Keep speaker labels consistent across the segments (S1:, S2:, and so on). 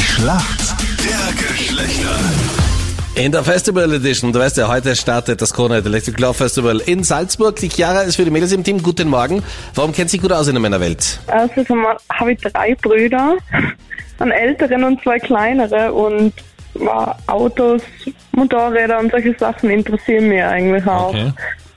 S1: Schlacht der Geschlechter.
S2: In der Festival Edition, du weißt ja, heute startet das Krone Electric Love Festival in Salzburg. Die Chiara ist für die Mädels im Team. Guten Morgen. Warum kennt sie gut aus in der Männerwelt?
S3: Also sag mal, habe ich drei Brüder, einen älteren und zwei kleinere und ja, Autos, Motorräder und solche Sachen interessieren mir eigentlich auch.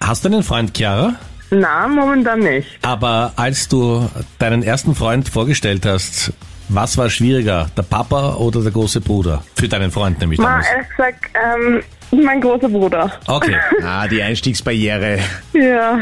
S4: Hast du einen Freund, Chiara?
S3: Na, momentan nicht.
S4: Aber als du deinen ersten Freund vorgestellt hast, was war schwieriger, der Papa oder der große Bruder? Für deinen Freund nämlich
S3: Ma,
S4: damals.
S3: ehrlich gesagt, ähm, mein großer Bruder.
S4: Okay,
S5: Ah, die Einstiegsbarriere.
S3: Ja.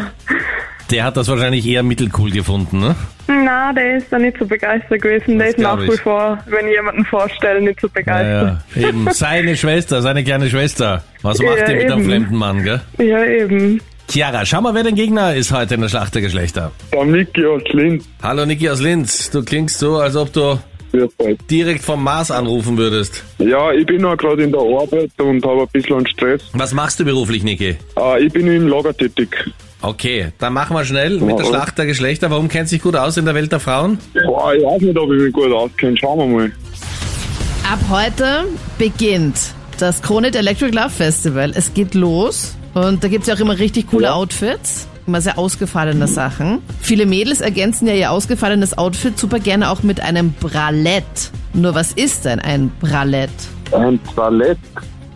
S4: der hat das wahrscheinlich eher mittelcool gefunden, ne?
S3: Na, der ist da nicht so begeistert gewesen.
S4: Das
S3: Der ist nach
S4: glaub
S3: wie
S4: ich.
S3: vor, wenn ich jemanden vorstelle, nicht so begeistert.
S4: Ja, ja, eben. Seine Schwester, seine kleine Schwester. Was
S3: Ja,
S4: macht ihr mit einem
S3: eben.
S4: fremden Mann, gell?
S3: Ja, eben.
S4: Chiara, schau mal, wer dein Gegner ist heute in der Schlacht der Geschlechter.
S6: Der Niki aus Linz,
S4: Hallo Niki aus Linz, du klingst so, als ob du
S6: grüß euch.
S4: direkt vom Mars anrufen würdest.
S6: Ja, ich bin noch gerade in der Arbeit und habe ein bisschen einen Stress.
S4: Was machst du beruflich, Niki?
S6: Äh, ich bin im Lager tätig.
S4: Okay, dann machen wir schnell mit der
S6: Ja.
S4: Schlacht der Geschlechter. Warum kennt sich gut aus in der Welt der Frauen?
S6: Boah, ich weiß nicht, ob ich mich gut auskenne. Schauen wir mal.
S7: Ab heute beginnt das Kronet Electric Love Festival. Es geht los und da gibt's ja auch immer richtig coole Outfits. Immer sehr ausgefallene Sachen. Viele Mädels ergänzen ja ihr ausgefallenes Outfit super gerne auch mit einem Bralett. Nur was ist denn ein Bralett?
S6: Ein Ballett.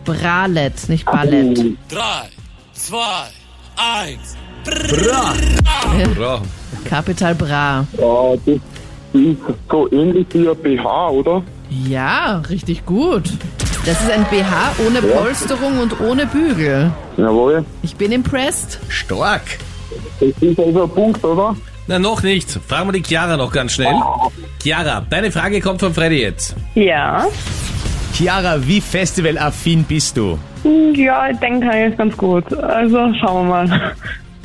S7: Bralett, nicht Ballett.
S6: Hm,
S8: Drei, zwei, eins.
S4: Bra.
S7: Capital Bra.
S6: Äh, das ist so ähnlich wie ein BH, oder?
S7: Ja, richtig gut. Das ist ein BH ohne Polsterung und ohne Bügel.
S6: Jawohl.
S7: Ich bin impressed.
S4: Stark.
S6: Das ist also ein Punkt, oder?
S4: Na, noch nicht. Fragen wir die Chiara noch ganz schnell. Chiara, deine Frage kommt von Freddy jetzt.
S3: Ja.
S5: Chiara, wie festivalaffin bist du?
S3: Hm, Ja, ich denke eigentlich ganz gut. Also schauen wir mal.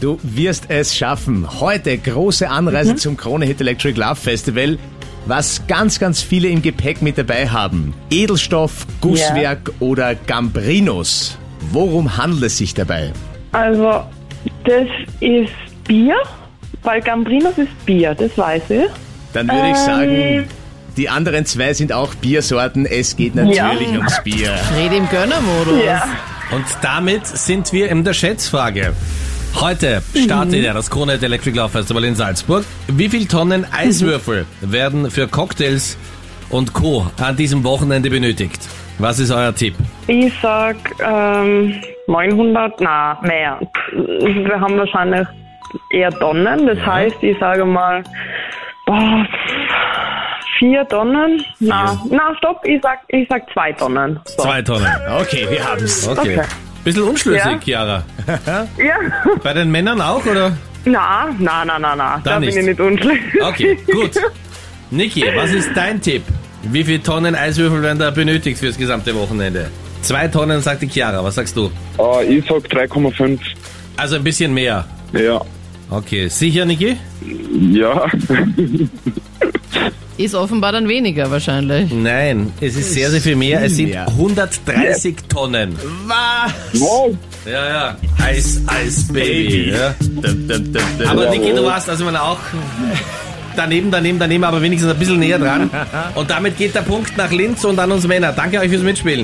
S5: Du wirst es schaffen. Heute große Anreise zum Krone Hit Electric Love Festival, was ganz, ganz viele im Gepäck mit dabei haben. Edelstoff, Gusswerk oder Gambrinos. Worum handelt es sich dabei?
S3: Also, das ist Bier, weil Gambrinos ist Bier, das weiß ich.
S5: Dann würde ich sagen, die anderen zwei sind auch Biersorten. Es geht natürlich
S3: Ja.
S5: ums Bier.
S7: Red im Gönnermodus.
S4: Und damit sind wir in der Schätzfrage. Heute startet
S3: Mhm.
S4: ja das Krone Electric Love Festival in Salzburg. Wie viel Tonnen
S3: Mhm.
S4: Eiswürfel werden für Cocktails und Co. an diesem Wochenende benötigt? Was ist euer Tipp?
S3: Ich sag ähm, 900, na mehr. Wir haben wahrscheinlich eher Tonnen, das heißt, ich sage mal boah, vier Tonnen. Na, na stopp, ich sag, ich sag zwei Tonnen. So.
S4: Zwei Tonnen.
S5: Okay, wir haben's.
S4: Okay.
S3: Okay.
S4: Bisschen unschlüssig, Chiara.
S3: Ja.
S4: Bei den Männern auch, oder?
S3: Na, na, na, na, na. Da
S4: nicht.
S3: bin ich nicht unschlüssig.
S4: Okay, gut. Niki, was ist dein Tipp? Wie viele Tonnen Eiswürfel werden da benötigt fürs gesamte Wochenende? Zwei Tonnen, sagt die Chiara. Was sagst du?
S6: Äh, ich sag 3,5.
S4: Also ein bisschen mehr.
S6: Ja.
S4: Okay, sicher, Niki?
S6: Ja.
S7: Ist offenbar dann weniger wahrscheinlich.
S4: Nein, es ist sehr, sehr viel mehr. Es sind
S5: mehr.
S4: 130 Tonnen.
S6: Was?
S4: Ja, ja. Eis, Eis, Baby. Ja.
S5: Dum, dum, dum, dum.
S4: Aber Niki, du warst also man auch daneben, daneben, daneben, aber wenigstens ein bisschen näher dran. Und damit geht der Punkt nach Linz und an uns Männer. Danke euch fürs Mitspielen.